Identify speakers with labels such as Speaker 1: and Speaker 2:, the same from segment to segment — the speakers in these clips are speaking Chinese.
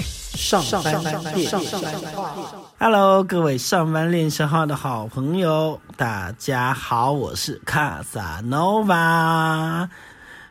Speaker 1: 上班练，Hello，各位上班练声号的好朋友，大家好，我是卡萨诺瓦。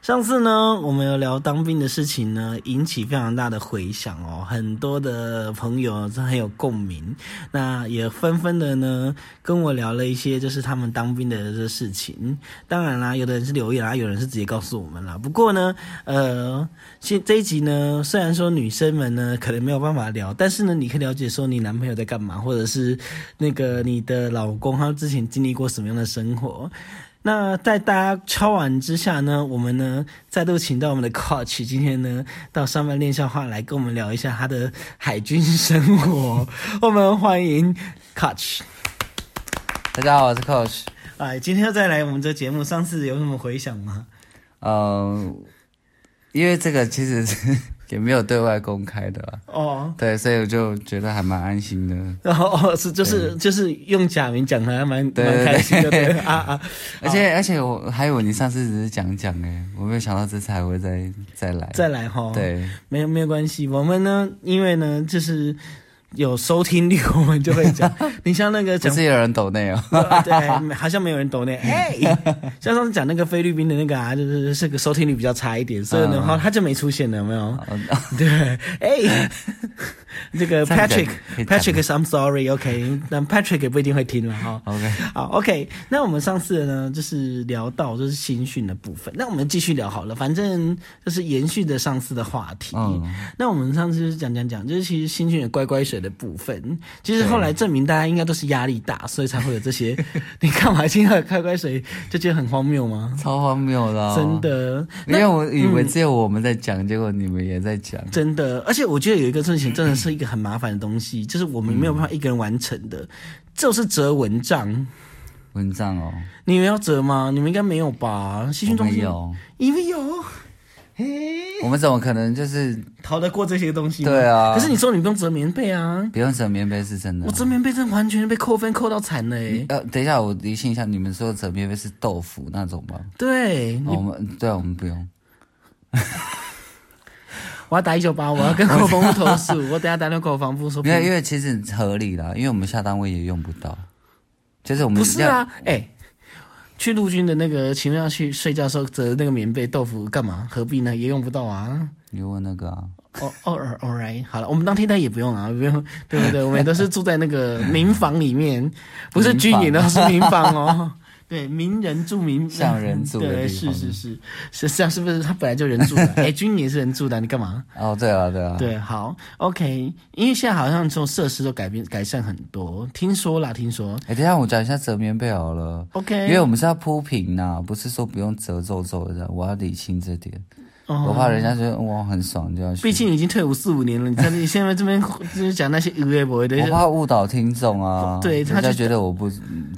Speaker 1: 上次呢，我们有聊当兵的事情呢，引起非常大的回响哦，很多的朋友真很有共鸣，那也纷纷的呢跟我聊了一些就是他们当兵的这事情。当然啦，有的人是留言啦，有人是直接告诉我们啦。不过呢，呃，现这一集呢，虽然说女生们呢可能没有办法聊，但是呢，你可以了解说你男朋友在干嘛，或者是那个你的老公他之前经历过什么样的生活。那在大家敲碗之下呢，我们呢再度请到我们的 coach，今天呢到上班练笑话来跟我们聊一下他的海军生活。 我们欢迎 coach。
Speaker 2: 大家好，我是 Coach。
Speaker 1: 哎，今天又再来我们这节目，上次有什么回响吗？
Speaker 2: 嗯，因为这个其实 是也没有对外公开的啦，
Speaker 1: 哦，
Speaker 2: 对，所以我就觉得还蛮安心的。
Speaker 1: 然后哦是就是就是用假名讲还蛮
Speaker 2: 对
Speaker 1: 蛮开心的，对啊啊，
Speaker 2: 而且而且我还以为你上次只是讲讲哎，我没有想到这次还会再再来。
Speaker 1: 再来哦哈，，
Speaker 2: 对
Speaker 1: 没有没有关系，我们呢因为呢就是有收听率，我们就会 讲。你像那个
Speaker 2: 不
Speaker 1: 讲
Speaker 2: 是有人抖内哦。
Speaker 1: 对，好像没有人 懂呢。哎、像上次讲那个菲律宾的那个啊，就是是个收听率比较差一点，所以呢，
Speaker 2: 嗯哦
Speaker 1: 后他就没出现了，有没有？ 对，哎、 这个
Speaker 2: 这样讲
Speaker 1: Patrick
Speaker 2: 可以讲
Speaker 1: Patrick is I'm sorry，OK，、但 Patrick 也不一定会听了哈。
Speaker 2: OK，
Speaker 1: 好，OK，那我们上次呢，就是聊到就是新训的部分，那我们继续聊好了，反正就是延续着上次的话题。
Speaker 2: 嗯
Speaker 1: 那我们上次就是讲讲讲，就是其实新训的乖乖水的部分，其实后来证明大家应该都是压力大，所以才会有这些。 你干嘛听到乖乖水就觉得很荒谬吗？
Speaker 2: 超荒谬的、哦，
Speaker 1: 真。的，嗯
Speaker 2: 因为我以为只有我们在讲，结果你们也在讲。
Speaker 1: 真的，而且我觉得有一个事情真的是一个很麻烦的东西，就是我们没有办法一个人完成的，就是折蚊帐。
Speaker 2: 蚊帐哦，
Speaker 1: 你们要折吗？你们应该没有吧？新训
Speaker 2: 我
Speaker 1: 中
Speaker 2: 没
Speaker 1: 心
Speaker 2: 有，
Speaker 1: 因为有，嘿，
Speaker 2: 我们怎么可能就是
Speaker 1: 逃得过这些东西吗？
Speaker 2: 对啊
Speaker 1: 可是你说你不用折棉被啊，
Speaker 2: 不用折棉被是真的
Speaker 1: 我？折棉被真的完全被扣分扣到惨了欸。
Speaker 2: 呃，等一下，我理清一下，你们说的折棉被是豆腐那种吗？
Speaker 1: 对，
Speaker 2: 哦
Speaker 1: 你
Speaker 2: 我们对，我们不用。
Speaker 1: 我要打一九八，我 要跟国防部投诉，我等下打电话国防部说不
Speaker 2: 没有，因为其实合理啦，因为我们下单位也用不到，就是我们
Speaker 1: 不是
Speaker 2: 要
Speaker 1: 啊，哎、去陆军的那个情况下去睡觉的时候折那个棉被豆腐干嘛？何必呢？也用不到 啊。
Speaker 2: 你就问那个啊，
Speaker 1: 哦，偶尔偶尔，好了，我们当天台也不用啊，不用，对不对？我们都是住在那个民房里面， 不是军营哦，是民房哦。 对，民人住民，
Speaker 2: 像人住的
Speaker 1: 对，
Speaker 2: 地
Speaker 1: 是
Speaker 2: 方
Speaker 1: 是是是这样，是不是？他本来就人 住的，哎，军营也是人住的，你干嘛？
Speaker 2: 哦，对啊，对啊，
Speaker 1: 对，好，OK，因为现在好像这种设施都改变改善很多，听说啦，听说
Speaker 2: 哎，等一下我讲一下折棉被好了，因为
Speaker 1: ，OK，
Speaker 2: 我们是要铺平呐、不是说不用折皱皱的，我要理清这点，我
Speaker 1: 哦，
Speaker 2: 怕人家觉得哇很爽就要去，
Speaker 1: 毕竟已经退伍四五年了，你在你现在这边 就是讲那些呃不会的，
Speaker 2: 我怕误导听众 啊，
Speaker 1: 对他
Speaker 2: 人家
Speaker 1: 就
Speaker 2: 觉得我不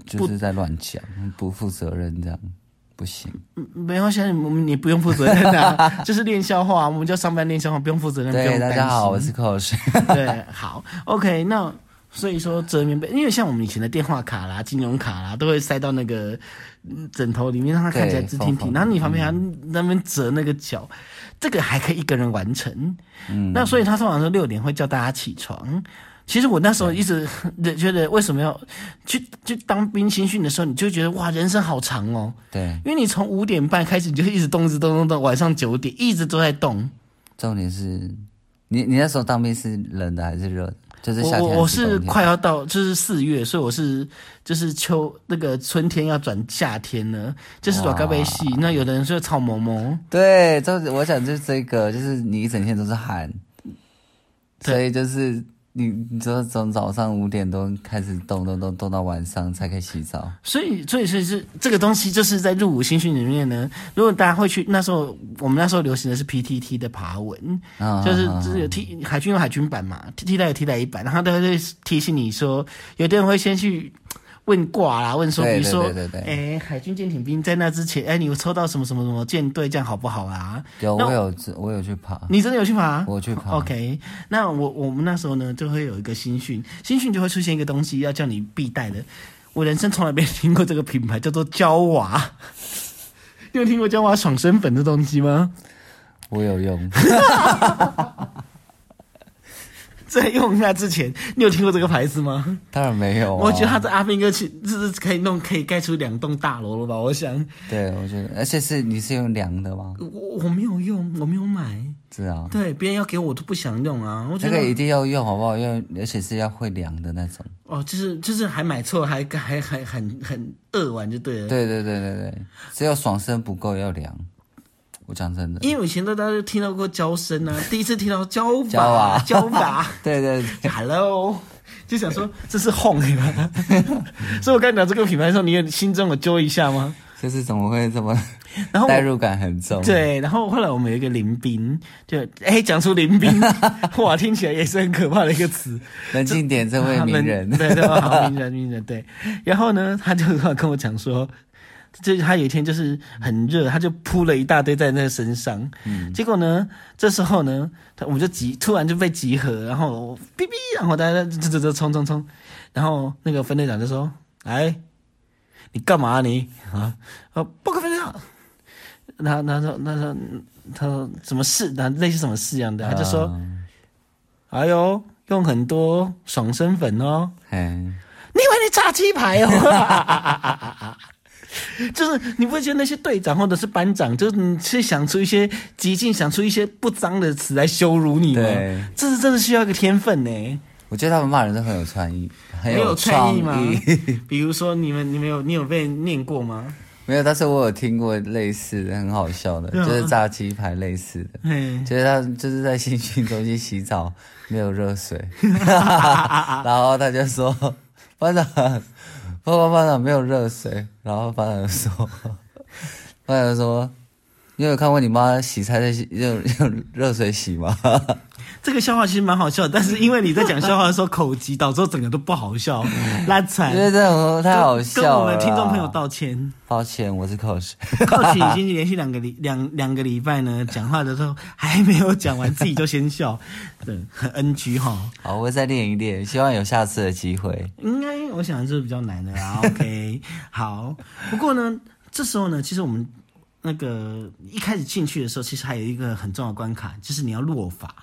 Speaker 2: 就是在乱讲，不负责任这样，不行，
Speaker 1: 没关系，我们你不用负责任啊， 就是练笑话，我们就上班练笑话，不用负责任，不
Speaker 2: 对，
Speaker 1: 用
Speaker 2: 大家好，我
Speaker 1: 担心。
Speaker 2: 是 Coach，
Speaker 1: 对，好，OK，那所以说折棉被，因为像我们以前的电话卡啦、金融卡啦，都会塞到那个嗯枕头里面，让它看起来
Speaker 2: 对
Speaker 1: 直挺
Speaker 2: 缝
Speaker 1: 挺，
Speaker 2: 缝嗯
Speaker 1: 然后你旁边还要那边折那个角，这个还可以一个人完成。嗯，那所以他通常说六点会叫大家起床。其实我那时候一直 觉得，为什么要去去当兵新训的时候，你就觉得哇，人生好长哦。
Speaker 2: 对，
Speaker 1: 因为你从五点半开始，你就一直动，一直动，动到晚上九点，一直都在动。
Speaker 2: 重点是你你那时候当兵是冷的还是热的？就是
Speaker 1: 我
Speaker 2: 夏天
Speaker 1: 我我
Speaker 2: 还是
Speaker 1: 是
Speaker 2: 冬天
Speaker 1: 快要到，就是四月，所以我是就是秋那个春天要转夏天了，就是短高背戏。那有的人说草毛毛，
Speaker 2: 对，就是我想就是这个，就是你一整天都是汗，
Speaker 1: 对
Speaker 2: 所以就是你，你说从早上五点多开始动动动动到晚上才可以洗澡。
Speaker 1: 所以所以所以是这个东西就是在入伍新训里面呢，如果大家会去那时候我们那时候流行的是 PTT 的爬文，
Speaker 2: 啊，
Speaker 1: 就是
Speaker 2: 啊
Speaker 1: 就是有替海军有海军版嘛，替替代有替代一版，然后他会提醒你说，有的人会先去问卦啦，问说，
Speaker 2: 对
Speaker 1: 比如说
Speaker 2: 对对对，对
Speaker 1: 哎，海军舰艇兵在那之前，哎，你有抽到什么什么什么舰队，这样好不好啊？
Speaker 2: 有
Speaker 1: 那
Speaker 2: 我有去我有去爬，
Speaker 1: 你真的有去爬？
Speaker 2: 我去爬。
Speaker 1: OK，那我我们那时候呢，就会有一个新训，新训就会出现一个东西要叫你必带的。我人生从来没听过这个品牌，叫做娇娃。 你有听过娇娃爽身粉这 东西吗？
Speaker 2: 我有用，
Speaker 1: 在用它之前，你有听过这个牌子吗？
Speaker 2: 当然没有、啊。
Speaker 1: 我觉得他的阿兵哥去，就是可以弄，可以盖出两栋大楼了吧？我想，
Speaker 2: 对，我觉得，而且是你是用量的吗？
Speaker 1: 我我没有用，我没有买。
Speaker 2: 是啊，
Speaker 1: 对，别人要给我，我都不想用啊。我觉
Speaker 2: 这
Speaker 1: 得
Speaker 2: 个一定要用好不好？要，而且是要会量的那种。
Speaker 1: 哦，就是就是还买错，还还还很很扼腕就对了。
Speaker 2: 对对对对对，只有爽身不够，要量。我讲真的，
Speaker 1: 因为我以前都大家都听到过胶声啊，第一次听到胶
Speaker 2: 胶
Speaker 1: 法
Speaker 2: 啊，
Speaker 1: 胶法。
Speaker 2: 对对对
Speaker 1: Hello，就想说这是 Home 吧？所以我刚才讲这个品牌的时候，你有心中有揪一下吗？
Speaker 2: 就是怎么会这么
Speaker 1: 然后我
Speaker 2: 代入感很重？，
Speaker 1: 对，然后后来我们有一个林斌，就哎讲出林斌，哇，听起来也是很可怕的一个词。
Speaker 2: 冷静点，这位
Speaker 1: 他
Speaker 2: 名
Speaker 1: 们
Speaker 2: 人
Speaker 1: 对对，好名人名人对。然后呢，他就跟我讲说，就是他有一天就是很热，他就铺了一大堆在那身上。
Speaker 2: 嗯
Speaker 1: 结果呢，这时候呢，他我们就集突然就被集合，然后哔哔，然后大家就就就冲冲冲，然后那个分队长就说：“哎，你干嘛、你啊？啊，报告分队长。”然后，然后，他说，他说什么事？然后类似什么事一样的，他就说：“
Speaker 2: 嗯
Speaker 1: 哎呦，用很多爽身粉哦，
Speaker 2: 嘿，
Speaker 1: 你以为你炸鸡排哦？ 就是你不会觉得那些队长或者是班长，就是你是想出一些极尽想出一些不脏的词来羞辱你吗？
Speaker 2: 对，
Speaker 1: 这是真的需要一个天分呢，
Speaker 2: 我觉得他们骂人都很有创意，很
Speaker 1: 没有
Speaker 2: 创
Speaker 1: 创意吗？ 比如说你们，你们有你有被念过吗？
Speaker 2: 没有，但是我有听过类似的，很好笑的，
Speaker 1: 对啊
Speaker 2: 就是炸鸡排类似的。
Speaker 1: 嗯，
Speaker 2: 就是他就是在新训中心洗澡，没有热水， 然后他就说班长，报告班长没有热水，然后班长就说，班长就说，你有看过你妈洗菜在洗用用热水洗吗？
Speaker 1: 这个笑话其实蛮好笑的，但是因为你在讲笑话的时候口急，导致我整个都不好笑，拉惨
Speaker 2: 因。为这种嗯太好笑
Speaker 1: 跟
Speaker 2: 了啦。
Speaker 1: 我们听众朋友道歉。
Speaker 2: 抱歉，我是 coach。
Speaker 1: coach 已经连续两个礼两两个礼拜呢，讲话的时候还没有讲完，自己就先笑，对，很 NG 哈。
Speaker 2: 好，我会再练一练，希望有下次的机会。
Speaker 1: 应该我想这是比较难的啦。OK，好。不过呢，这时候呢，其实我们那个一开始进去的时候，其实还有一个很重要的关卡，就是你要落法。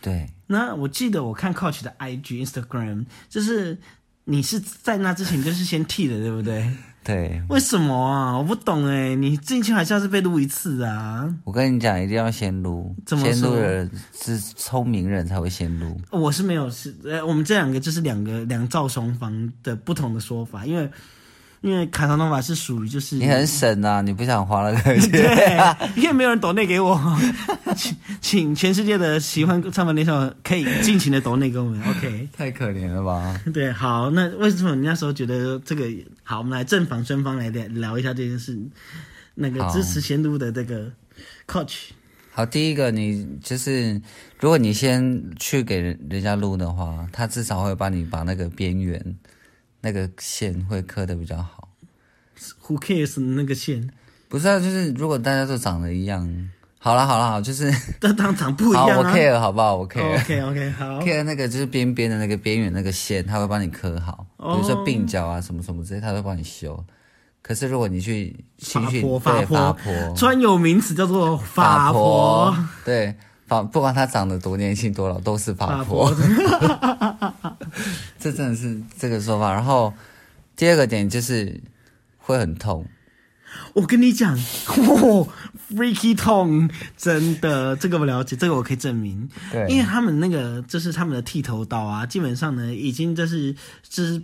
Speaker 2: 对，
Speaker 1: 那我记得我看 Coach 的 IG、Instagram，就是你是在那之前就是先剃的，对不对？
Speaker 2: 对，
Speaker 1: 为什么啊？我不懂哎、你进去还是要是被撸一次啊？
Speaker 2: 我跟你讲，一定要先撸，
Speaker 1: 怎么
Speaker 2: 先撸
Speaker 1: 说
Speaker 2: 的人是聪明人才会先撸。
Speaker 1: 我是没有是，呃，我们这两个就是两个两造双方的不同的说法，因为因为卡萨诺瓦是属于就是
Speaker 2: 你很省啊，你不想花那个 钱。
Speaker 1: 对，因为没有人抖内给 我，请请全世界的喜欢唱盘联手可以尽情的抖内给我们，OK。
Speaker 2: 太可怜了吧？
Speaker 1: 对，好，那为什么你那时候觉得这个好？我们来正反双方来聊聊一下这件事，那个
Speaker 2: 好
Speaker 1: 支持仙都的这个 coach，
Speaker 2: 好，第一个你就是，如果你先去给人人家录的话，他至少会帮你把那个边缘那个线会刻的比较好。
Speaker 1: who cares 那个线，
Speaker 2: 不是啊，就是如果大家都长得一样，好啦好啦好，就是、
Speaker 1: 这当场 不一
Speaker 2: 好，
Speaker 1: 样
Speaker 2: 我
Speaker 1: 啊。哦
Speaker 2: care 好不好？我 care、
Speaker 1: OK OK 好
Speaker 2: care 那个就是边边的那个边缘那个线，他会帮你刻好，比如
Speaker 1: 哦
Speaker 2: 说鬓角啊什么什么之类，他会帮你修。可是如果你去情
Speaker 1: 发
Speaker 2: 绪对
Speaker 1: 泼发
Speaker 2: 发
Speaker 1: 泼
Speaker 2: 泼，
Speaker 1: 专有名词叫做哦法
Speaker 2: 婆
Speaker 1: 婆，，
Speaker 2: 对，法不管他长得多年轻多老，都是法
Speaker 1: 法
Speaker 2: 婆
Speaker 1: 婆。
Speaker 2: 这真的是这个说法。然后第二个点就是会很痛，
Speaker 1: 我跟你讲，哦、，freaky 痛，真的，这个我了解，这个我可以证明。
Speaker 2: 对
Speaker 1: 因为他们那个就是他们的剃头刀啊，基本上呢已经就是就是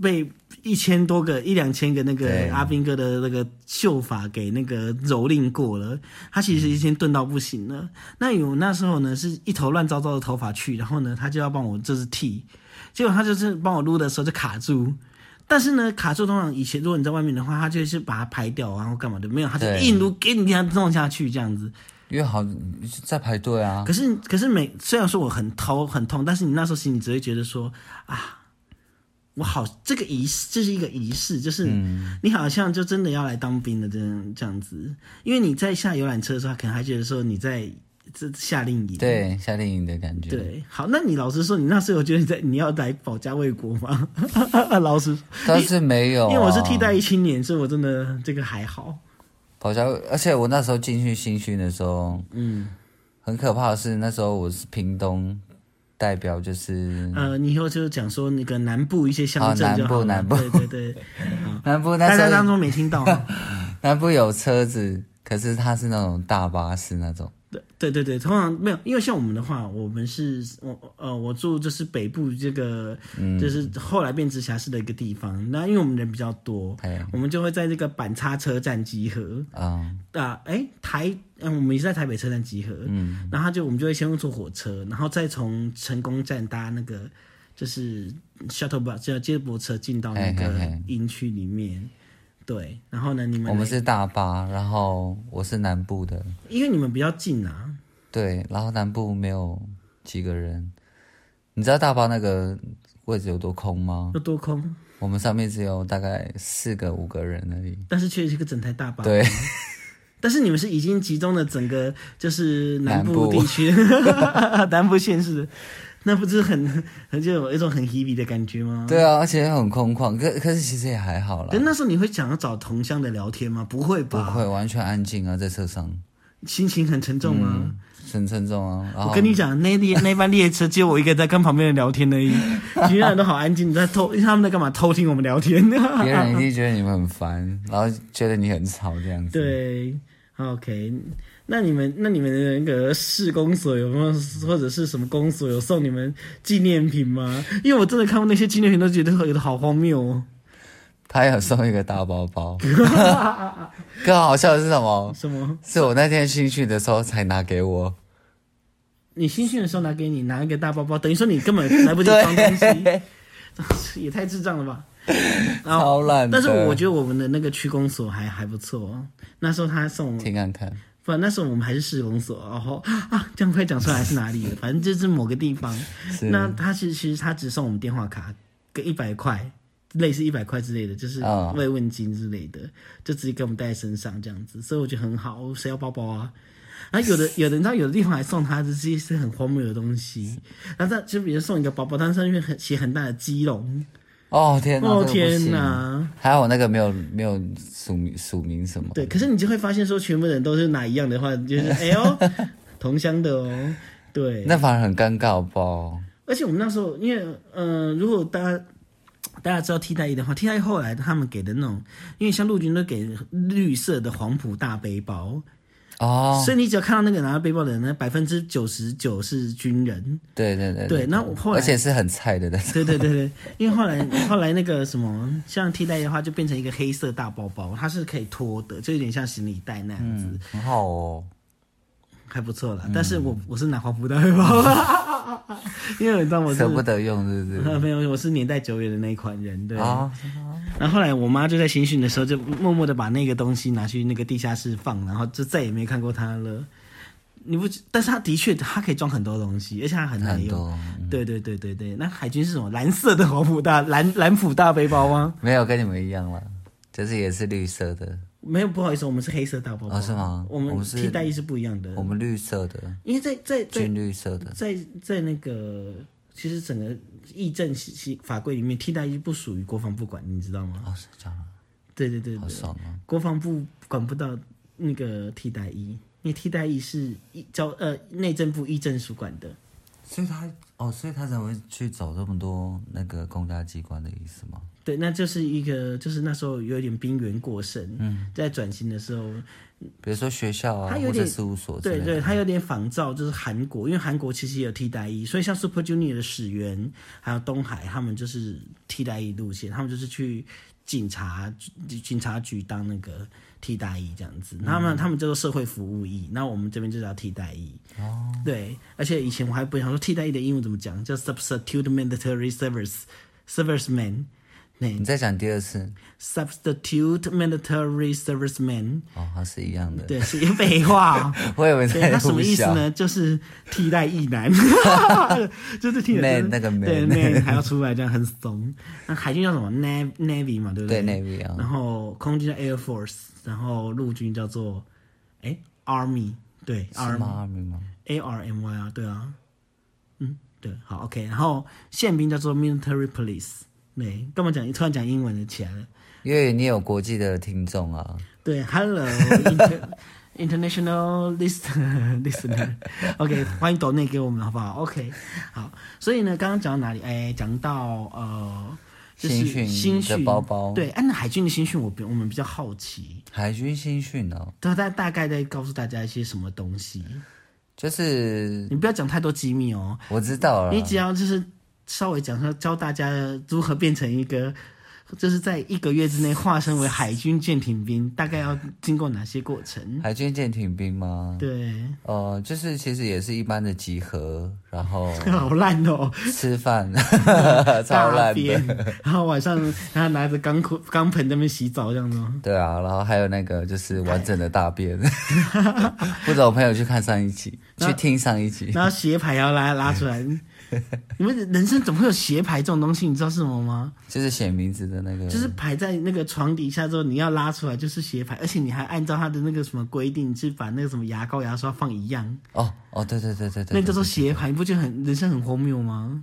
Speaker 1: 被一千多个一两千个那
Speaker 2: 对
Speaker 1: 个阿兵哥的那个秀法给那个蹂躏过了，他其实已经钝到不行了。那有那时候呢是一头乱糟糟的头发去，然后呢他就要帮我就是剃，结果他就是帮我撸的时候就卡住。但是呢，卡住通常以前如果你在外面的话，他就是把它排掉啊，然后干嘛的，没有，他就
Speaker 2: 对
Speaker 1: 硬撸给你这样弄下去这样子。
Speaker 2: 因为好在排队啊
Speaker 1: 可。是可是每虽然说我很头很痛，但是你那时候心里只会觉得说啊，我好这个仪式，这是一个仪式，就是
Speaker 2: 嗯
Speaker 1: 你好像就真的要来当兵的这样这样子，因为你在下游览车的时候，可能还觉得说你在这夏令营。
Speaker 2: 对，夏令营的感觉。，
Speaker 1: 对，好，那你老实说，你那时候有觉得你在你要来保家卫国吗？ 老实说，
Speaker 2: 但是没有、啊，
Speaker 1: 因为我是替代役青年，所以我真的这个还好。
Speaker 2: 保家，而且我那时候进去新训的时候，嗯，很可怕的是那时候我是屏东代表就是
Speaker 1: 呃，你以后就讲说那个南部一些乡
Speaker 2: 好
Speaker 1: 镇
Speaker 2: 嗯啊南
Speaker 1: 就好
Speaker 2: 部
Speaker 1: 了。
Speaker 2: 南部
Speaker 1: 对对对，
Speaker 2: 南部 那
Speaker 1: 大家
Speaker 2: 时
Speaker 1: 当
Speaker 2: 候
Speaker 1: 中没听到吗。
Speaker 2: 南部有车子，可是它是那种大巴士那种，
Speaker 1: 对对对对，通常没有，因为像我们的话，我们是我呃，我住就是北部这个，
Speaker 2: 嗯
Speaker 1: 就是后来变直辖市的一个地方。那因为我们人比较多，
Speaker 2: 哎
Speaker 1: 我们就会在这个板叉车站集合。
Speaker 2: 嗯
Speaker 1: 啊，哎，台，嗯，我们也是在台北车站集合，嗯，然后他就我们就会先坐火车，然后再从成功站搭那个就是 shuttle bus，叫接驳车进到那
Speaker 2: 嘿嘿
Speaker 1: 个
Speaker 2: 嘿
Speaker 1: 营区里面。对，然后呢，你们
Speaker 2: 哎我们是大巴，然后我是南部的，
Speaker 1: 因为你们比较近啊，
Speaker 2: 对，然后南部没有几个人，你知道大巴那个位置有多空吗？
Speaker 1: 又多空，
Speaker 2: 我们上面只有大概四个五个人而已，
Speaker 1: 但是却是个整台大巴。
Speaker 2: 对，
Speaker 1: 但是你们是已经集中了整个就是南
Speaker 2: 南
Speaker 1: 部
Speaker 2: 部
Speaker 1: 地区， 南部县市，那不是很很就有一种很 heavy 的感觉吗？。
Speaker 2: 对啊，而且很空旷，可可是其实也还好啦
Speaker 1: 可，是那时候你会想要找同乡的聊天吗？不会
Speaker 2: 不
Speaker 1: 吧？
Speaker 2: 会完全安静啊，在车上
Speaker 1: 心情很沉重吗？
Speaker 2: 嗯很沉重啊，然后
Speaker 1: 我跟你讲，那列那班列车只有我一个在跟旁边人聊天而已，其他人都好安静，在偷，他们在干嘛？偷听我们聊天。
Speaker 2: 别人一定觉得你们 很烦，然后觉得你很吵这样子。，
Speaker 1: 对，OK，那你们那你们的那个市公所有没有或者是什么公所有送你们纪念品吗？因为我真的看过那些纪念品，都觉得有的好荒谬哦。
Speaker 2: 他有送一个大包 包，更好笑的是什么？
Speaker 1: 什么？
Speaker 2: 是我那天进去的时候才拿给我，
Speaker 1: 你新训的时候拿给你拿一个大包包，等于说你根本来不及装东
Speaker 2: 对，
Speaker 1: 西，也太智障了吧？然后，
Speaker 2: 超烂的。
Speaker 1: 但是我觉得我们的那个区公所还还不错哦，那时候他送我
Speaker 2: 挺敢看，
Speaker 1: 不，那时候我们还是市公所，然后 啊，这样快讲出来是哪里了， 反正就是某个地方。
Speaker 2: 是
Speaker 1: 那他其实其实他只送我们电话卡跟一百块，类似一百块之类的，就是
Speaker 2: 啊
Speaker 1: 慰问金之类的，就直接给我们带在身上这样子，所以我觉得很好。谁要包包啊？然后有的有的，你知道有的地方还送他这些是很荒谬的东西，然后他就比如送一个包包，但是上面很写很大的鸡笼，
Speaker 2: 哦天哪，
Speaker 1: 哦
Speaker 2: 这个不
Speaker 1: 天
Speaker 2: 行
Speaker 1: 哪！
Speaker 2: 还好我那个没有没有署名署名什么，
Speaker 1: 对，可是你就会发现说，全部人都是拿一样的话，就是 哎呦，同乡的哦，对。
Speaker 2: 那反而很尴尬吧？
Speaker 1: 而且我们那时候，因为呃，如果大家大家知道替代役的话，替代役后来他们给的那种，因为像陆军都给绿色的黄埔大背包，
Speaker 2: 哦，
Speaker 1: 所以你只要看到那个拿着背包的人呢，百分之九十九是军人。
Speaker 2: 对对对
Speaker 1: 对，那我后来
Speaker 2: 而且是很菜的 那种，
Speaker 1: 对对对对，因为后来后来那个什么，像替代役的话，就变成一个黑色大包包，它是可以拖的，就有点像行李袋那样子，
Speaker 2: 很好哦。
Speaker 1: 还不错啦。但是我我是拿黄埔大背包， 因为你知道我嗯是
Speaker 2: 舍不得用，是不 是？
Speaker 1: 没有，我是年代久远的那一款人，对。
Speaker 2: 啊，
Speaker 1: 然后后来我妈就在新训的时候，就默默的把那个东西拿去那个地下室放，然后就再也没看过它了。你不知，但是它的确它可以装很多东西，而且它很耐
Speaker 2: 很
Speaker 1: 用。
Speaker 2: 多
Speaker 1: 对对对对对，那海军是什么？蓝色的黄埔大蓝蓝普大背包吗？
Speaker 2: 没有跟你们一样啦，就是也是绿色的，
Speaker 1: 没有，不好意思，我们是黑色大包包。啊
Speaker 2: 哦是吗
Speaker 1: 我
Speaker 2: 我
Speaker 1: 们
Speaker 2: 们是
Speaker 1: 替代役是不一样的，
Speaker 2: 我们绿色的，
Speaker 1: 因为在在在
Speaker 2: 军绿色的，
Speaker 1: 在在那个其实整个议政系法规里面，替代役不属于国防部管，你知道吗？
Speaker 2: 哦，是这样啊，
Speaker 1: 对对对
Speaker 2: 好
Speaker 1: 对，
Speaker 2: 爽啊！
Speaker 1: 国防部管不到那个替代役，因为替代役是一交呃内政部议政署管的。
Speaker 2: 所以他哦，所以他才会去走这么多那个公家机关的意思吗？
Speaker 1: 对，那就是一个，就是那时候有点兵源过剩，嗯，在转型的时候，
Speaker 2: 比如说学校啊，
Speaker 1: 他有
Speaker 2: 或
Speaker 1: 点
Speaker 2: 者事务所之
Speaker 1: 对
Speaker 2: 类
Speaker 1: 对，
Speaker 2: 的。
Speaker 1: 他有点仿照就是韩国，因为韩国其实也有替代役，所以像 Super Junior 的始源，还有东海，他们就是替代役路线，他们就是去警察警察局当那个替代役这样子，他们他们叫做社会服务役，那我们这边就叫替代役。哦，对，而且以前我还不想说替代役的英文怎么讲，叫 Substitute Mandatory Service Serviceman。
Speaker 2: 你再讲第二次
Speaker 1: Substitute mandatory serviceman，
Speaker 2: 哦，它是一样的。
Speaker 1: 对，是一个废话哦、
Speaker 2: 我以为
Speaker 1: 对，
Speaker 2: 在
Speaker 1: 那什么
Speaker 2: 胡
Speaker 1: 意思
Speaker 2: 笑，
Speaker 1: 呢？就是替代役男， 就是替代
Speaker 2: Man，那个 man
Speaker 1: 对 man 还要出来这样很怂。那海军叫什么 nav navy 嘛，对不对
Speaker 2: 对那边
Speaker 1: 然
Speaker 2: 啊，
Speaker 1: 后空军叫 air force，然后陆军叫做哎 army，对
Speaker 2: 是
Speaker 1: army
Speaker 2: 吗？二名吗？
Speaker 1: a r m y 啊，对啊，嗯，对，好 OK。然后宪兵叫做 military police，对，干嘛讲突然讲英文的起来了？
Speaker 2: 因为你有国际的听众啊。
Speaker 1: 对，Hello inter, International Listener Listener，OK，、欢迎抖内给我们好不好？OK，好，所以呢，刚刚讲到哪里？哎，讲到呃，就是
Speaker 2: 新训
Speaker 1: 新
Speaker 2: 的包包
Speaker 1: 对，哎、那海军的新训我比我们比较好奇，
Speaker 2: 海军新训哦，
Speaker 1: 大大大概在告诉大家一些什么东西，
Speaker 2: 就是
Speaker 1: 你不要讲太多机密哦，
Speaker 2: 我知道了
Speaker 1: 你，只要就是稍微讲说教大家如何变成一个，就是在一个月之内化身为海军舰艇兵，大概要经过哪些过程？
Speaker 2: 海军舰艇兵吗？
Speaker 1: 对，
Speaker 2: 呃，就是其实也是一般的集合，然后
Speaker 1: 好烂哦，
Speaker 2: 吃 饭， 超
Speaker 1: 大
Speaker 2: 烂
Speaker 1: 便
Speaker 2: 的。，
Speaker 1: 然后晚上然后拿着钢盔钢盆在那边洗澡这样 子哦。
Speaker 2: 对啊，然后还有那个就是完整的大便， 不走，我朋友去看上一集，
Speaker 1: 那
Speaker 2: 去听上一集。
Speaker 1: 然后斜牌要拉拉出 来，你们人生怎么会有斜牌这种东西？你知道是什么吗？
Speaker 2: 就是写名字的那个，
Speaker 1: 就是排在那个床底下之后，你要拉出来就是斜排，而且你还按照它的那个什么规定去把那个什么牙膏、牙刷放一样，
Speaker 2: 哦哦，对对对对
Speaker 1: 那
Speaker 2: 对，
Speaker 1: 叫做
Speaker 2: 对对
Speaker 1: 斜排，你不觉得很人生很荒谬吗？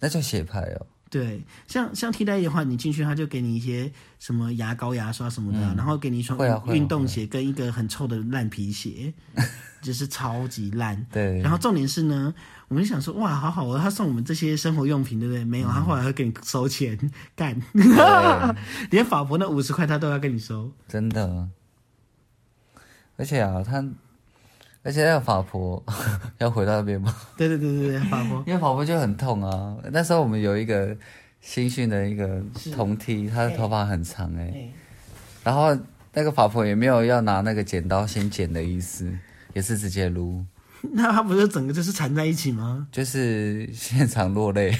Speaker 2: 那叫写派哦。
Speaker 1: 对，像像替代役的话，你进去他就给你一些什么牙膏、牙刷什么的啊、然后给你一双
Speaker 2: 会啊会啊
Speaker 1: 运动鞋跟一个很臭的烂皮 鞋，就是超级烂。
Speaker 2: 对
Speaker 1: 然后重点是呢，我们就想说哇，好好哦，他送我们这些生活用品，对不对？没有，
Speaker 2: 嗯
Speaker 1: 他后来会给你收钱，干， 连法国那五十块他都要跟你收。
Speaker 2: 真的。而且啊，他，而且那个法婆 要回到那边吗？
Speaker 1: 对对对对对，法国
Speaker 2: 因为法婆就很痛啊。那时候我们有一个新训的一个
Speaker 1: 是
Speaker 2: 同梯，他的头发很长哎、
Speaker 1: 哎
Speaker 2: 然后那个法婆也没有要拿那个剪刀先剪的意思，也是直接撸，
Speaker 1: 那他不是整个就是缠在一起吗？
Speaker 2: 就是现场落泪。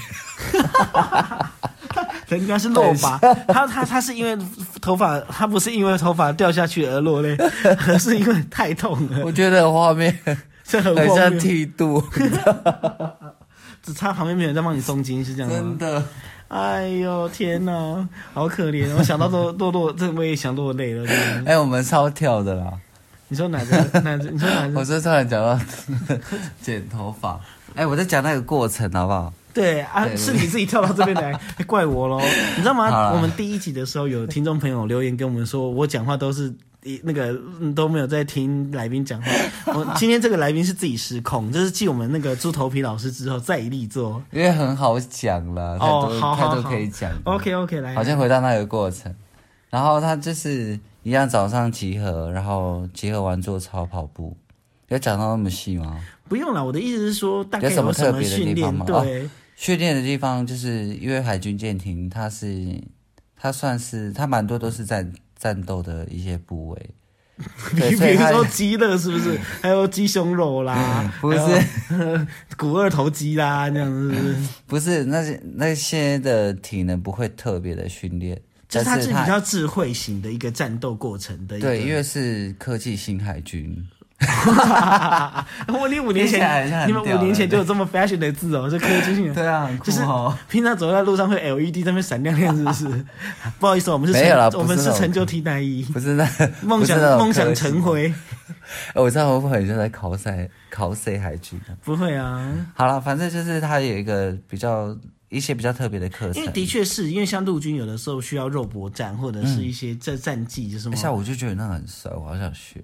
Speaker 1: 人家是落发，他他他是因为头发，他不是因为头发掉下去而落泪， 而是因为太痛了，
Speaker 2: 我觉得画面
Speaker 1: 这很
Speaker 2: 很
Speaker 1: 荒
Speaker 2: 像
Speaker 1: 谬。
Speaker 2: 剃度，
Speaker 1: 只差旁边没有人在帮你松筋，是这样
Speaker 2: 真
Speaker 1: 吗？
Speaker 2: 的。
Speaker 1: 哎呦天哪，好可怜！我想到都落落，这我也想落泪了。真的
Speaker 2: 哎、我们超跳的啦。
Speaker 1: 你说哪个哪个？你说哪
Speaker 2: 我
Speaker 1: 个？
Speaker 2: 是突然讲到 剪头发，哎、我在讲那个过程好不好？
Speaker 1: 对啊，
Speaker 2: 对
Speaker 1: 是你自己跳到这边 来，还怪我喽？你知道
Speaker 2: 好
Speaker 1: 吗？
Speaker 2: 啦
Speaker 1: 我们第一集的时候，有听众朋友留言跟我们说，我讲话都是一那个嗯都没有在听来宾 讲话。我今天这个来宾是自己失控，这是继我们那个猪头皮老师之后再一力作。
Speaker 2: 因为很好讲了，太
Speaker 1: 哦
Speaker 2: 多、
Speaker 1: 好好
Speaker 2: 太多
Speaker 1: 好
Speaker 2: 可以讲。
Speaker 1: OK OK，来，
Speaker 2: 好像回到那个过程，然后他就是一样早上集合，然后集合完做操跑步，有讲到那么细吗？
Speaker 1: 不用了。我的意思是说，大概
Speaker 2: 有什么
Speaker 1: 什
Speaker 2: 特
Speaker 1: 么
Speaker 2: 别的
Speaker 1: 训
Speaker 2: 地方
Speaker 1: 练？
Speaker 2: 吗哦
Speaker 1: 对，
Speaker 2: 训练的地方就是因为海军舰艇，它是它算是它蛮多都是战战斗的一些部位，对，
Speaker 1: 比
Speaker 2: 所以
Speaker 1: 比如
Speaker 2: 它
Speaker 1: 说鸡肋是不是？ 还有鸡胸肉啦，
Speaker 2: 不是
Speaker 1: 还有骨二头肌啦，那样子是不是？
Speaker 2: 不是那些那些的体能不会特别的训练，
Speaker 1: 就是它
Speaker 2: 但
Speaker 1: 是
Speaker 2: 是
Speaker 1: 比较智慧型的一个战斗过程的一个。
Speaker 2: 对，因为是科技新海军。
Speaker 1: 我你五年
Speaker 2: 听起来好像
Speaker 1: 前，
Speaker 2: 很
Speaker 1: 你们
Speaker 2: 屌
Speaker 1: 五年前
Speaker 2: 对
Speaker 1: 就有这么 fashion 的字哦，这科技性。
Speaker 2: 对啊，很酷
Speaker 1: 就是
Speaker 2: 哦。
Speaker 1: 平常走在路上会 LED 在那边闪亮亮，是不 是？不好意思，我们是成
Speaker 2: 没有啦
Speaker 1: 我们
Speaker 2: 不是
Speaker 1: 是
Speaker 2: 那种
Speaker 1: 成就替代役，
Speaker 2: 不是那
Speaker 1: 梦想
Speaker 2: 不是那种
Speaker 1: 梦想
Speaker 2: 科技
Speaker 1: 成灰，
Speaker 2: 哎我知道我朋友就在考赛考赛海军。
Speaker 1: 不会啊，
Speaker 2: 好了，反正就是他有一个比较一些比较特别的课
Speaker 1: 因
Speaker 2: 程
Speaker 1: 为。的确是因为像陆军有的时候需要肉搏战或者
Speaker 2: 嗯
Speaker 1: 是一些战战绩，就是什么
Speaker 2: 下哎午就觉得那很帅，我好想学。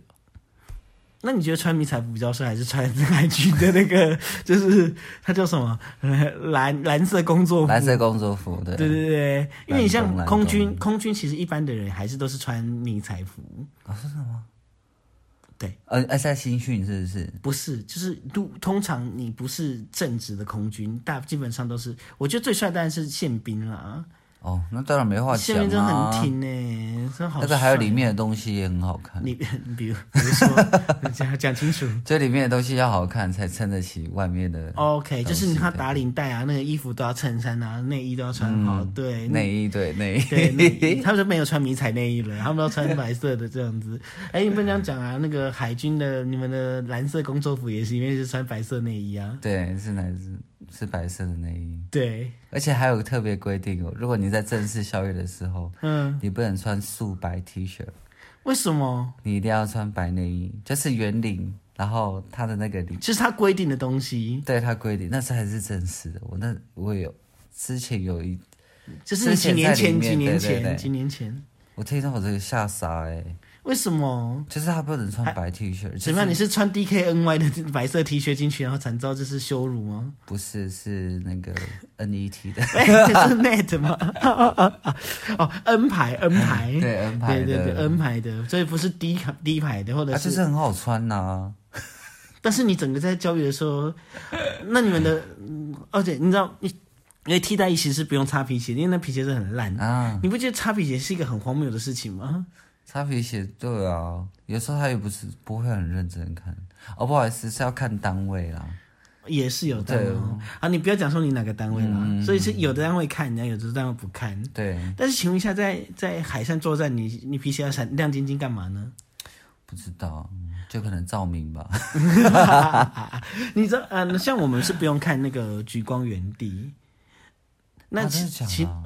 Speaker 1: 那你觉得穿迷彩服比较帅，还是穿 海军的那个，就是它叫什么 蓝蓝色工作服？
Speaker 2: 蓝色工作服，对
Speaker 1: 对对对，因为你像
Speaker 2: 蓝
Speaker 1: 空
Speaker 2: 工蓝
Speaker 1: 军，空军其实一般的人还是都是穿迷彩服，
Speaker 2: 呃，而在新训是不是？
Speaker 1: 不是，就是都通常你不是正职的空军，大基本上都是，我觉得最帅当然是宪兵啦，
Speaker 2: 哦，那当然没话
Speaker 1: 宪
Speaker 2: 讲
Speaker 1: 兵真的
Speaker 2: 啊。
Speaker 1: 很挺呢、真好。
Speaker 2: 那个还有里，面的东西也很好看，
Speaker 1: 你 比如比如说讲讲清楚。
Speaker 2: 这里面的东西要好看才撑得起外面的
Speaker 1: OK，就是
Speaker 2: 东西
Speaker 1: 他
Speaker 2: 对
Speaker 1: 打领带啊，那个衣服都要衬衫啊，内衣都要穿好，对，
Speaker 2: 嗯内衣，对内
Speaker 1: 对， 内衣
Speaker 2: 衣。
Speaker 1: 他们就没有穿迷彩内衣了，他们都穿白色的这样子。哎、你不能这样讲啊，那个海军的你们的蓝色工作服也是，因为是穿白色内衣啊。
Speaker 2: 对，是来自是白色的内衣，
Speaker 1: 对，
Speaker 2: 而且还有特别规定哦，如果你在正式校阅的时候，
Speaker 1: 嗯，
Speaker 2: 你不能穿素白 T 恤，
Speaker 1: 为什么？
Speaker 2: 你一定要穿白内衣，就是圆领，然后它的那个领，
Speaker 1: 这是他规定的东西，
Speaker 2: 对它规定，那是还是正式的。我那我有之前有一
Speaker 1: 就是几年前，几年前，
Speaker 2: 对对对
Speaker 1: 几年前，
Speaker 2: 我听到我这个吓傻哎、
Speaker 1: 为什么？
Speaker 2: 就是他不能穿白 T 恤，就是
Speaker 1: 怎么样？你是穿 D K N Y 的 白色 T 恤进去，然后惨遭这是羞辱吗？
Speaker 2: 不是是那个 NET 的，
Speaker 1: 哎，这是 Net 吗？ 哦，N 牌，N 牌，
Speaker 2: 对 N 牌
Speaker 1: 对
Speaker 2: 的，
Speaker 1: 对对，N 牌的，所以不是 D 卡 D 牌的，或者
Speaker 2: 啊，
Speaker 1: 是，
Speaker 2: 就是很好穿呐、
Speaker 1: 但是你整个在教育的时候，那你们的，嗯而且你知道，你因为替代役其实不用擦皮鞋，因为那皮鞋是很烂。
Speaker 2: 啊，
Speaker 1: 你不觉得擦皮鞋是一个很荒谬的事情吗？
Speaker 2: 擦皮鞋对啊，有时候他也不是不会很认真看。哦，不好意思，是要看单位啊啦。
Speaker 1: 也是有单位
Speaker 2: 对嗯
Speaker 1: 哦啊，你不要讲说你哪个单位啦，所以是有的单位看，人家有的单位不看。
Speaker 2: 对，
Speaker 1: 但是请问一下，在在海上作战，你你皮鞋要闪亮晶晶干嘛呢？
Speaker 2: 不知道，就可能照明吧。
Speaker 1: 你知道，呃，像我们是不用看那个举光原地。那
Speaker 2: 啊
Speaker 1: 其、
Speaker 2: 真的假
Speaker 1: 其
Speaker 2: 的，啊？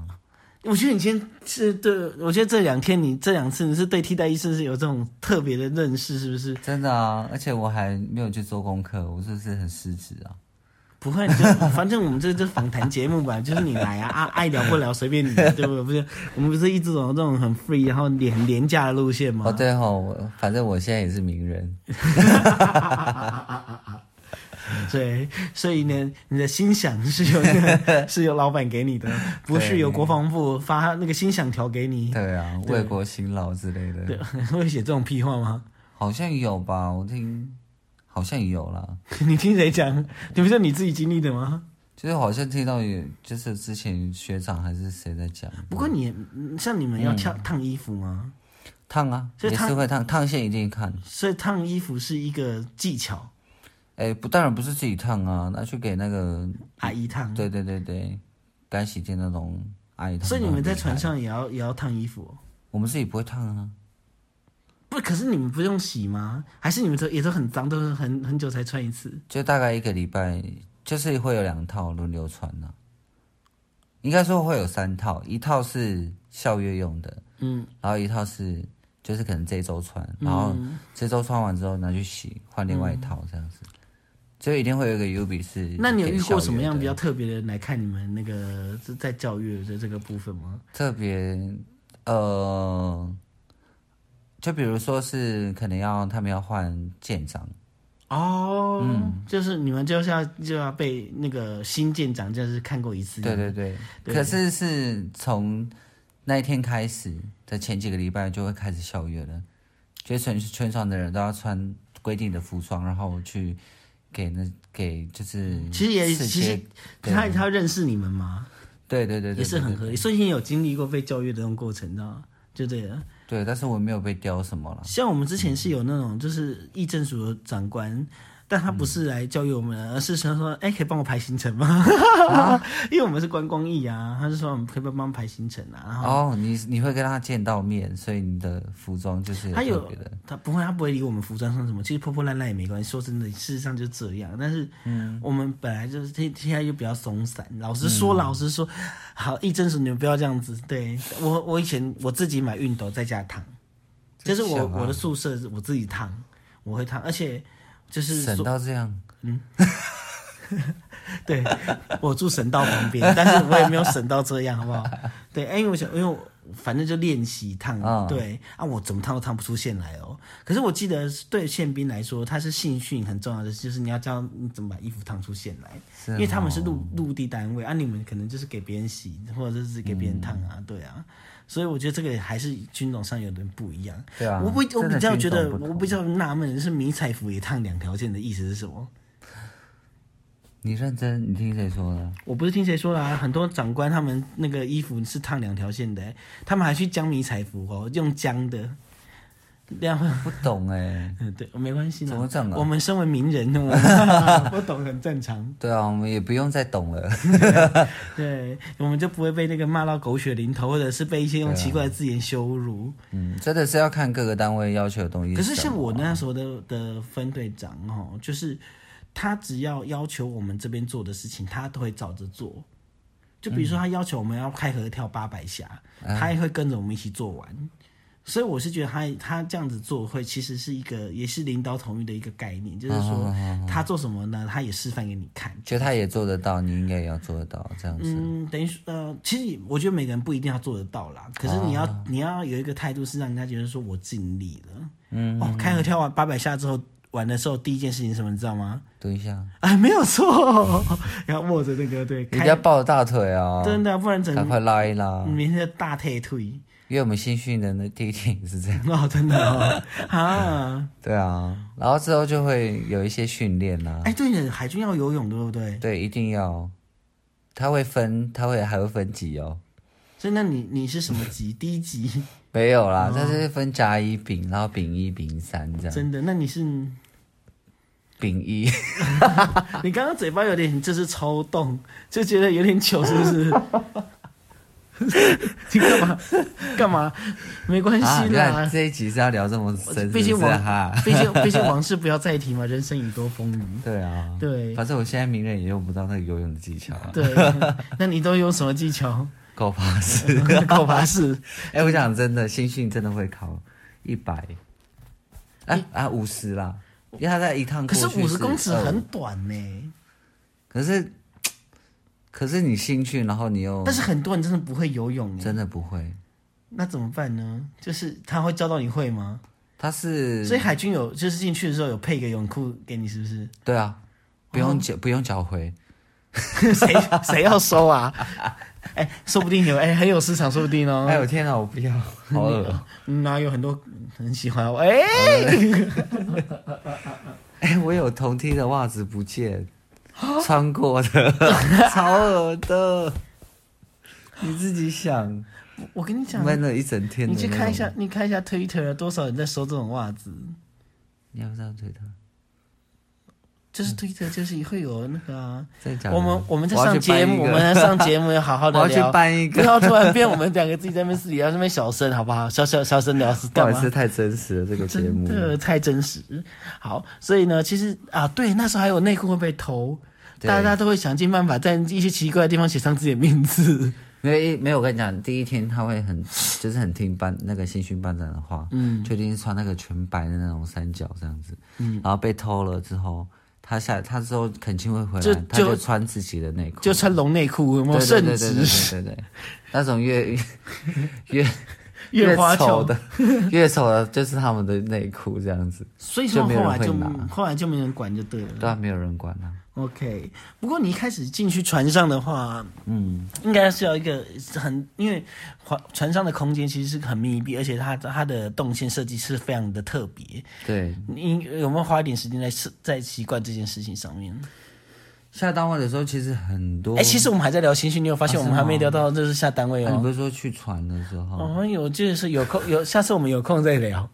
Speaker 1: 我觉得你今天是对，我觉得这两天你这两次你是对替代医生是有这种特别的认识，是不是？
Speaker 2: 真的啊，而且我还没有去做功课，我是不是很失职啊？
Speaker 1: 不会，你就 反正我们这这访谈节目吧，就是你来啊，啊爱聊不聊随便你，对不对？不是，我们不是一直走这种很 free，然后廉廉价的路线吗？
Speaker 2: 哦，对吼、我反正我现在也是名人。
Speaker 1: 嗯 对，所以呢，你的薪饷是由那个是由老板给你的，不是由国防部发那个薪饷条给 你。
Speaker 2: 对啊，
Speaker 1: 对
Speaker 2: 为国辛劳之类
Speaker 1: 对
Speaker 2: 的，，
Speaker 1: 会写这种屁话吗？
Speaker 2: 好像有吧？我听好像有啦，
Speaker 1: 你听谁讲？你不是你自己经历的吗？
Speaker 2: 就是好像听到有，就是之前学长还是谁在讲
Speaker 1: 不过你也嗯像你们要烫、烫衣服吗？
Speaker 2: 烫啊，
Speaker 1: 所以
Speaker 2: 也
Speaker 1: 烫
Speaker 2: 是会烫，烫线一定看。
Speaker 1: 所以烫衣服是一个技巧，
Speaker 2: 哎，不，当然不是自己烫啊，拿去给那个，
Speaker 1: 阿姨烫。
Speaker 2: 对对对对，干洗店那种阿姨烫。
Speaker 1: 所以你们在船，上也要也要烫衣服哦、
Speaker 2: 我们自己不会烫啊，
Speaker 1: 不，可是你们不用洗吗？还是你们都也都很脏，都是很很久才穿一次？
Speaker 2: 就大概一个礼拜，就是会有两套轮流穿呐、应该说会有三套，一套是校月用的，
Speaker 1: 嗯，
Speaker 2: 然后一套是就是可能这一周穿，然后
Speaker 1: 嗯
Speaker 2: 这周穿完之后拿去洗，换另外一套这样子，就一定会有一个 U B 是。
Speaker 1: 那你有遇过什么样比较特别的人来看你们那个这在教育的这个部分吗？
Speaker 2: 特别？呃，就比如说是可能要他们要换舰长，
Speaker 1: 哦，
Speaker 2: 嗯
Speaker 1: 就是你们就是要就要被那个新舰长就是看过一次，
Speaker 2: 对对对，
Speaker 1: 嗯对
Speaker 2: 可是是从那一天开始的前几个礼拜就会开始校阅了，就是全全船的人都要穿规定的服装，然后去给那给就是
Speaker 1: 其实也
Speaker 2: 四
Speaker 1: 其
Speaker 2: 些
Speaker 1: 实他他要认识你们吗？
Speaker 2: 对对对对
Speaker 1: 也是很合理，所以你有经历过被教育的那种过程，你知道吗？就对了。
Speaker 2: 对，但是我没有被雕什么了。
Speaker 1: 像我们之前是有那种，就是议政署的长官，但他不是来教育我们的，而是想说，哎、可以帮我排行程吗？
Speaker 2: 啊
Speaker 1: 因为我们是观光艺啊，他就说我们可以帮帮忙排行程啊。然后
Speaker 2: 哦，你你会跟他见到面，所以你的服装就是
Speaker 1: 他有
Speaker 2: 特别的。
Speaker 1: 他不会，他不会理我们服装上什么，其实破破烂烂也没关系。说真的，事实上就这样。但是，嗯，我们本来就是现现在就比较松散。老实说，老实说，好，议政署你们不要这样子。对我，我以前我自己买熨斗在家烫，就
Speaker 2: 真
Speaker 1: 是我
Speaker 2: 香啊
Speaker 1: 我的宿舍我自己烫，我会烫，而且就是
Speaker 2: 省到这样，
Speaker 1: 对，我住省道旁边，但是我也没有省到这样，好不好？对，哎因为我想，因为我反正就练习烫，
Speaker 2: 啊
Speaker 1: 对啊，我怎么烫都烫不出线来哦。可是我记得对宪兵来说，他是性训很重要的，就是你要教你怎么把衣服烫出线来，
Speaker 2: 是
Speaker 1: 因为他们是
Speaker 2: 哦
Speaker 1: 陆陆地单位啊，你们可能就是给别人洗，或者是给别人烫啊，
Speaker 2: 嗯
Speaker 1: 对啊。所以我觉得这个还是军种上有点不一样。
Speaker 2: 对啊
Speaker 1: 我不我
Speaker 2: 真的
Speaker 1: 比较觉
Speaker 2: 军种
Speaker 1: 得，
Speaker 2: 不同
Speaker 1: 我比较纳闷的是迷彩服也烫两条线的意思是什么？
Speaker 2: 你认真，你听谁说的？
Speaker 1: 我不是听谁说啦、很多长官他们那个衣服是烫两条线的欸、他们还去浆迷彩服哦，用浆的。然后，
Speaker 2: 不懂哎、
Speaker 1: 嗯，对，没关系啦。
Speaker 2: 怎么这样啊
Speaker 1: 我们身为名人，哦我 们不懂很正常。
Speaker 2: 对啊，我们也不用再懂了。
Speaker 1: 对，我们就不会被那个骂到狗血淋头，或者是被一些用奇怪的字眼羞辱。
Speaker 2: 嗯，真的是要看各个单位要求的东西
Speaker 1: 可
Speaker 2: 什么。
Speaker 1: 是像我那时候的的分队长哦，就是他只要要求我们这边做的事情，他都会照着做。就比如说他要求我们要开合跳八百下，他也会跟着我们一起做完。所以我是觉得他他这样子做会其实是一个也是领导统御的一个概念，就是说他做什么呢，他也示范给你看。
Speaker 2: 就他也做得到，你应该也要做得到，这样子。
Speaker 1: 嗯，等于说呃，其实我觉得每个人不一定要做得到啦，可是你要、你要有一个态度，是让人家觉得说我尽力了。嗯，哦，开合跳完八百下之后，玩的时候第一件事情是什么，你知道吗？
Speaker 2: 读一下，
Speaker 1: 哎，没有错，然后握着那个对，
Speaker 2: 人
Speaker 1: 开
Speaker 2: 家抱大腿啊，
Speaker 1: 真的，嗯不然整
Speaker 2: 赶快拉一拉，
Speaker 1: 明天就大退退。
Speaker 2: 因为我们新训的那第一天也是这样。
Speaker 1: 哦，真的哦，啊，
Speaker 2: 对啊，然后之后就会有一些训练啦、
Speaker 1: 哎，对了，海军要游泳，对不对？
Speaker 2: 对，一定要，他会分，他会还会分级哦。
Speaker 1: 所以那你你是什么级？ 第一级，
Speaker 2: 没有啦，他是分甲乙丙，然后丙一丙三这样。
Speaker 1: 哦真的？那你是你
Speaker 2: 丙一，
Speaker 1: 刚刚嘴巴有点就是抽动，就觉得有点糗，是不是？ 你干嘛干嘛？没关
Speaker 2: 啊，
Speaker 1: 系
Speaker 2: 你看
Speaker 1: 啦，
Speaker 2: 这一集是要聊这么深，
Speaker 1: 毕
Speaker 2: 是
Speaker 1: 竟
Speaker 2: 不是
Speaker 1: 往
Speaker 2: 哈？
Speaker 1: 毕竟毕竟往事不要再提嘛，人生已多风雨。
Speaker 2: 对啊，
Speaker 1: 对
Speaker 2: 反正我现在名人也用不到那个游泳的技巧、啊，
Speaker 1: 对， 那你都有什么技 巧？
Speaker 2: 够巴适。
Speaker 1: 考拔式
Speaker 2: 哎、我讲真的，新训真的会考一百，啊啊五十啦，因为他在一趟
Speaker 1: 可
Speaker 2: 过去
Speaker 1: 是五十公尺
Speaker 2: 25
Speaker 1: 很短呢、
Speaker 2: 可是，可是你兴趣，然后你又
Speaker 1: 但是很多人哦真的不会游泳、欸，
Speaker 2: 真的不会，
Speaker 1: 那怎么办呢？就是他会教到你会吗？
Speaker 2: 他是
Speaker 1: 所以海军有就是进去的时候有配一个泳裤给你，是不是？
Speaker 2: 对啊，不用
Speaker 1: 哦
Speaker 2: 缴、不用缴回，
Speaker 1: 谁谁要收啊？哎、说不定有哎、很有市场，说不定哦。
Speaker 2: 哎呦天哪，我 不要，好恶哦、
Speaker 1: 嗯，然后有很多很喜欢我哎、
Speaker 2: 哎、我有同梯的袜子不见，
Speaker 1: 啊
Speaker 2: 穿过的， 超恶的，你自己想，
Speaker 1: 我跟你讲，
Speaker 2: 闷了一整天
Speaker 1: 你
Speaker 2: 的那
Speaker 1: 去
Speaker 2: 种。
Speaker 1: 看一下，你看一下 Twitter 啊多少人在收这种袜子。
Speaker 2: 你要不要推他？
Speaker 1: 就是
Speaker 2: 嗯
Speaker 1: Twitter，就是会有那个啊，
Speaker 2: 再讲
Speaker 1: 我们我们在
Speaker 2: 要
Speaker 1: 上
Speaker 2: 去搬
Speaker 1: 节
Speaker 2: 一
Speaker 1: 目，我
Speaker 2: 个
Speaker 1: 们在 上节目要好好的
Speaker 2: 我要
Speaker 1: 聊，
Speaker 2: 去搬一个
Speaker 1: 不要突然变我们两个自己在那边私底下那边小 声，好不好？小小小声聊是
Speaker 2: 不好
Speaker 1: 干
Speaker 2: 意
Speaker 1: 嘛
Speaker 2: 思，？太真实了这个节
Speaker 1: 真
Speaker 2: 目。
Speaker 1: 的太真实。好，所以呢，其实啊，对，那时候还有内裤会被偷，
Speaker 2: 对
Speaker 1: 大家都会想尽办法在一些奇怪的地方写上自己的名字。
Speaker 2: 没有一没有，我跟你讲，第一天他会很就是很听班那个新训班长的话，嗯，就一定是穿那个全白的那种三角这样子，嗯，然后被偷了之后，他下他之后肯定会回
Speaker 1: 就
Speaker 2: 来，他
Speaker 1: 就
Speaker 2: 就穿自己的内裤，
Speaker 1: 就穿龙内裤，有没有
Speaker 2: 对对对
Speaker 1: 圣
Speaker 2: 对对
Speaker 1: 旨？
Speaker 2: 对对对， 那种越越
Speaker 1: 越花俏
Speaker 2: 丑的 越丑的，就是他们的内裤这样子，
Speaker 1: 所以说后来就
Speaker 2: 就没有人会拿
Speaker 1: 后来就没人管就对了。
Speaker 2: 对啊，没有人管啊，
Speaker 1: OK，不过你一开始进去船上的话，
Speaker 2: 嗯，
Speaker 1: 应该是要一个很，因为船船上的空间其实是很密闭，而且它它的动线设计是非常的特别。
Speaker 2: 对，
Speaker 1: 你有没有花一点时间在适在习惯这件事情上面？
Speaker 2: 下单位的时候其实很多，啊
Speaker 1: 哎、其实我们还在聊新训，你有发现我们还
Speaker 2: 哦
Speaker 1: 没哦聊到就是下单位
Speaker 2: 啊你不
Speaker 1: 哦。
Speaker 2: 是说去船的时候，
Speaker 1: 我们有就是有空有，下次我们有空再 聊。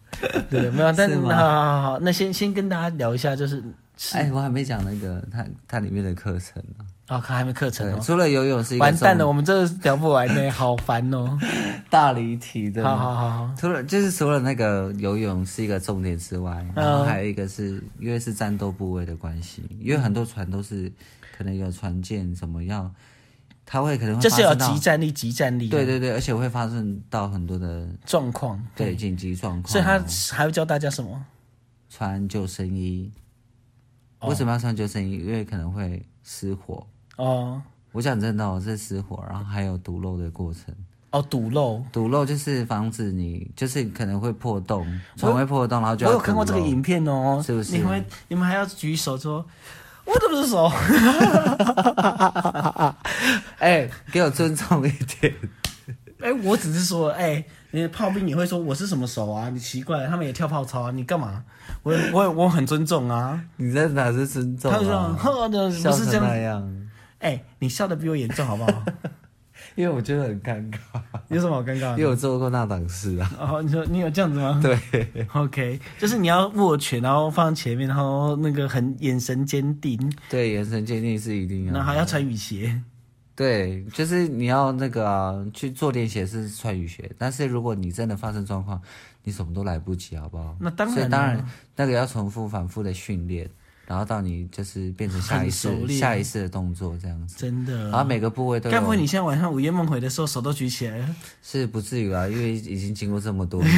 Speaker 1: 对，没有，但
Speaker 2: 是
Speaker 1: 好
Speaker 2: 吗
Speaker 1: 好好，那先先跟大家聊一下，就是是
Speaker 2: 哎，我还没讲那个它它里面的课程呢、
Speaker 1: 啊，看还没课程
Speaker 2: 对，
Speaker 1: 哦。
Speaker 2: 除了游泳是一个
Speaker 1: 完蛋了，
Speaker 2: 这种
Speaker 1: 我们真的是聊不完呢，好烦 哦。
Speaker 2: 大离题的。
Speaker 1: 好好好好。
Speaker 2: 除了就是除了那个游泳是一个重点之外，然
Speaker 1: 嗯
Speaker 2: 后还有一个是因为是战斗部位的关系，因为很多船都是可能有船舰怎么样，它会可能会
Speaker 1: 就是
Speaker 2: 发
Speaker 1: 要
Speaker 2: 生到
Speaker 1: 集战力、集战力，
Speaker 2: 对对对，而且会发生到很多的
Speaker 1: 状况。
Speaker 2: 对紧急状况，哦
Speaker 1: 所以他还会教大家什么？
Speaker 2: 穿救生衣。为什么要穿救生衣？因为可能会失火。
Speaker 1: 哦
Speaker 2: 我讲真的、哦，是失火，然后还有毒漏的过程。
Speaker 1: 哦，堵漏。
Speaker 2: 堵漏就是防止你，就是可能会破洞，船会破洞，然后就
Speaker 1: 我
Speaker 2: 要
Speaker 1: 有看过这个
Speaker 2: 堵漏
Speaker 1: 影片哦，
Speaker 2: 是不是
Speaker 1: 你们你们还要举手说，我怎么是手？
Speaker 2: 哎、给我尊重一点。
Speaker 1: 哎，我只是说，哎，你的炮兵也会说我是什么手啊？你奇怪，他们也跳炮操啊，你干嘛？我我我很尊重啊。
Speaker 2: 你这哪是尊重
Speaker 1: 他就说，
Speaker 2: 啊？
Speaker 1: 呵，不
Speaker 2: 笑
Speaker 1: 是
Speaker 2: 成
Speaker 1: 这样
Speaker 2: 那
Speaker 1: 子。
Speaker 2: 样，
Speaker 1: 哎，你笑的比我严重好不 好？
Speaker 2: 因为我觉得很尴尬，
Speaker 1: 有什么好尴尬
Speaker 2: 因为
Speaker 1: 的？
Speaker 2: 我做过那档事啊。
Speaker 1: 哦，你说你有这样子吗？
Speaker 2: 对，
Speaker 1: OK，就是你要握拳，然后放前面，然后那个很眼神坚定，
Speaker 2: 对，眼神鉴定是一定
Speaker 1: 然后
Speaker 2: 要。
Speaker 1: 还要穿雨鞋。
Speaker 2: 对，就是你要那个啊，去做练习是穿雨鞋，但是如果你真的发生状况，你什么都来不及，好不好？
Speaker 1: 那当然啊
Speaker 2: 所以当然
Speaker 1: 了，
Speaker 2: 那个要重复反复的训练。然后到你就是变成下一
Speaker 1: 很熟
Speaker 2: 次
Speaker 1: 练
Speaker 2: 下一次的动作这样子。
Speaker 1: 真的。
Speaker 2: 然后每个部位都
Speaker 1: 该不会
Speaker 2: 有
Speaker 1: 你现在晚上午夜梦回的时候手都举起来了？
Speaker 2: 是不至于啊，因为已经经过这么 多年。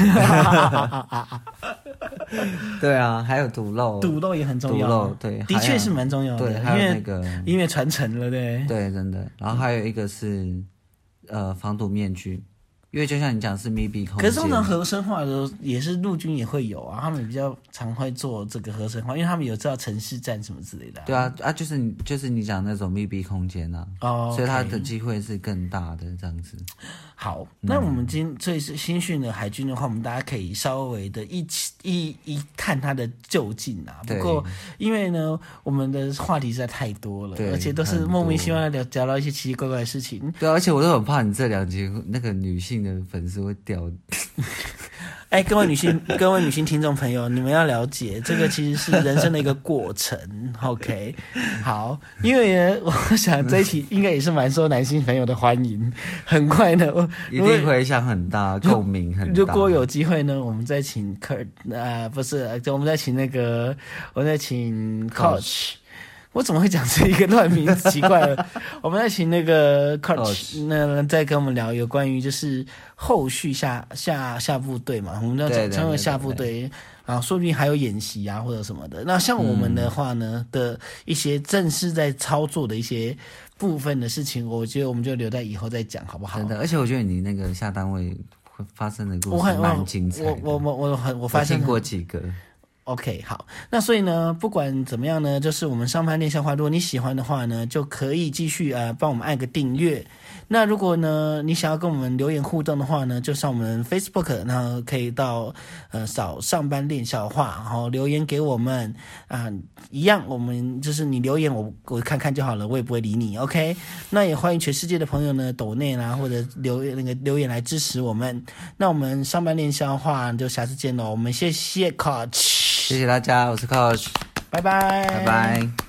Speaker 2: 对啊，还有毒肉，
Speaker 1: 赌肉也很重要，啊
Speaker 2: 赌肉对
Speaker 1: 的
Speaker 2: 还
Speaker 1: 确
Speaker 2: 有
Speaker 1: 是蛮重要的，
Speaker 2: 对，
Speaker 1: 因
Speaker 2: 还有那
Speaker 1: 为
Speaker 2: 个
Speaker 1: 因为传承了，对，
Speaker 2: 对，真的。然后还有一个是呃防毒面具，因为就像你讲是密闭空
Speaker 1: 可
Speaker 2: 间，
Speaker 1: 是通常合生化的时候，也是陆军也会有啊，他们比较常会做这个合生化，因为他们有知道城市战什么之类的、
Speaker 2: 对啊啊，就是你就是你讲那种密闭空间啊，
Speaker 1: 哦，
Speaker 2: 所以它
Speaker 1: OK
Speaker 2: 的嗯机会是更大的这样子。
Speaker 1: 好，那我们今最新训的海军的话，我们大家可以稍微的一起一一看它的就近啊。不
Speaker 2: 对
Speaker 1: 过因为呢，我们的话题实在太多了，
Speaker 2: 对
Speaker 1: 而且都是
Speaker 2: 很多
Speaker 1: 莫名其妙地聊聊到一些奇奇怪怪的事情。
Speaker 2: 对啊、而且我都很怕你这两集那个女性的粉丝会掉。
Speaker 1: 哎，各位女性、各位女性听众朋友，你们要了解，这个其实是人生的一个过程。OK，好， 因为呢，我想这一期应该也是蛮受男性朋友的欢迎。很快呢，我
Speaker 2: 一
Speaker 1: 如果
Speaker 2: 定回响很大，共鸣很大。
Speaker 1: 如果有机会呢，我们再请 Kurt，呃，不是，呃我们再请那个，我们再请 Coach。我怎么会讲出一个乱名字？奇怪 了，我们再请那个 coach，
Speaker 2: Coach
Speaker 1: 那再跟我们聊有关于就是后续下下下部队嘛，我们要
Speaker 2: 对
Speaker 1: 称
Speaker 2: 对
Speaker 1: 称为
Speaker 2: 对
Speaker 1: 下部队，然后说不定还有演习啊或者什么的。那像我们的话呢、的一些正式在操作的一些部分的事情，我觉得我们就留在以后再讲，好不好？
Speaker 2: 真的，而且我觉得你那个下单位会发生的故
Speaker 1: 我
Speaker 2: 事
Speaker 1: 很我
Speaker 2: 蛮精彩的。
Speaker 1: 我我我我很我
Speaker 2: 我
Speaker 1: 发现
Speaker 2: 听过几个，
Speaker 1: OK，好，那所以呢，不管怎么样呢，就是我们上班练笑话，如果你喜欢的话呢，就可以继续呃帮我们按个订阅。那如果呢你想要跟我们留言互动的话呢，就上我们 Facebook，然后可以到呃扫上班练笑话，然后留言给我们啊、一样我们就是你留言我我看看就好了，我也不会理你。OK，那也欢迎全世界的朋友呢抖内啦或者留那个留言来支持我们。那我们上班练笑话就下次见喽，我们谢谢 Coach。
Speaker 2: 谢谢大家，我是 Coach，
Speaker 1: 拜拜，
Speaker 2: 拜拜。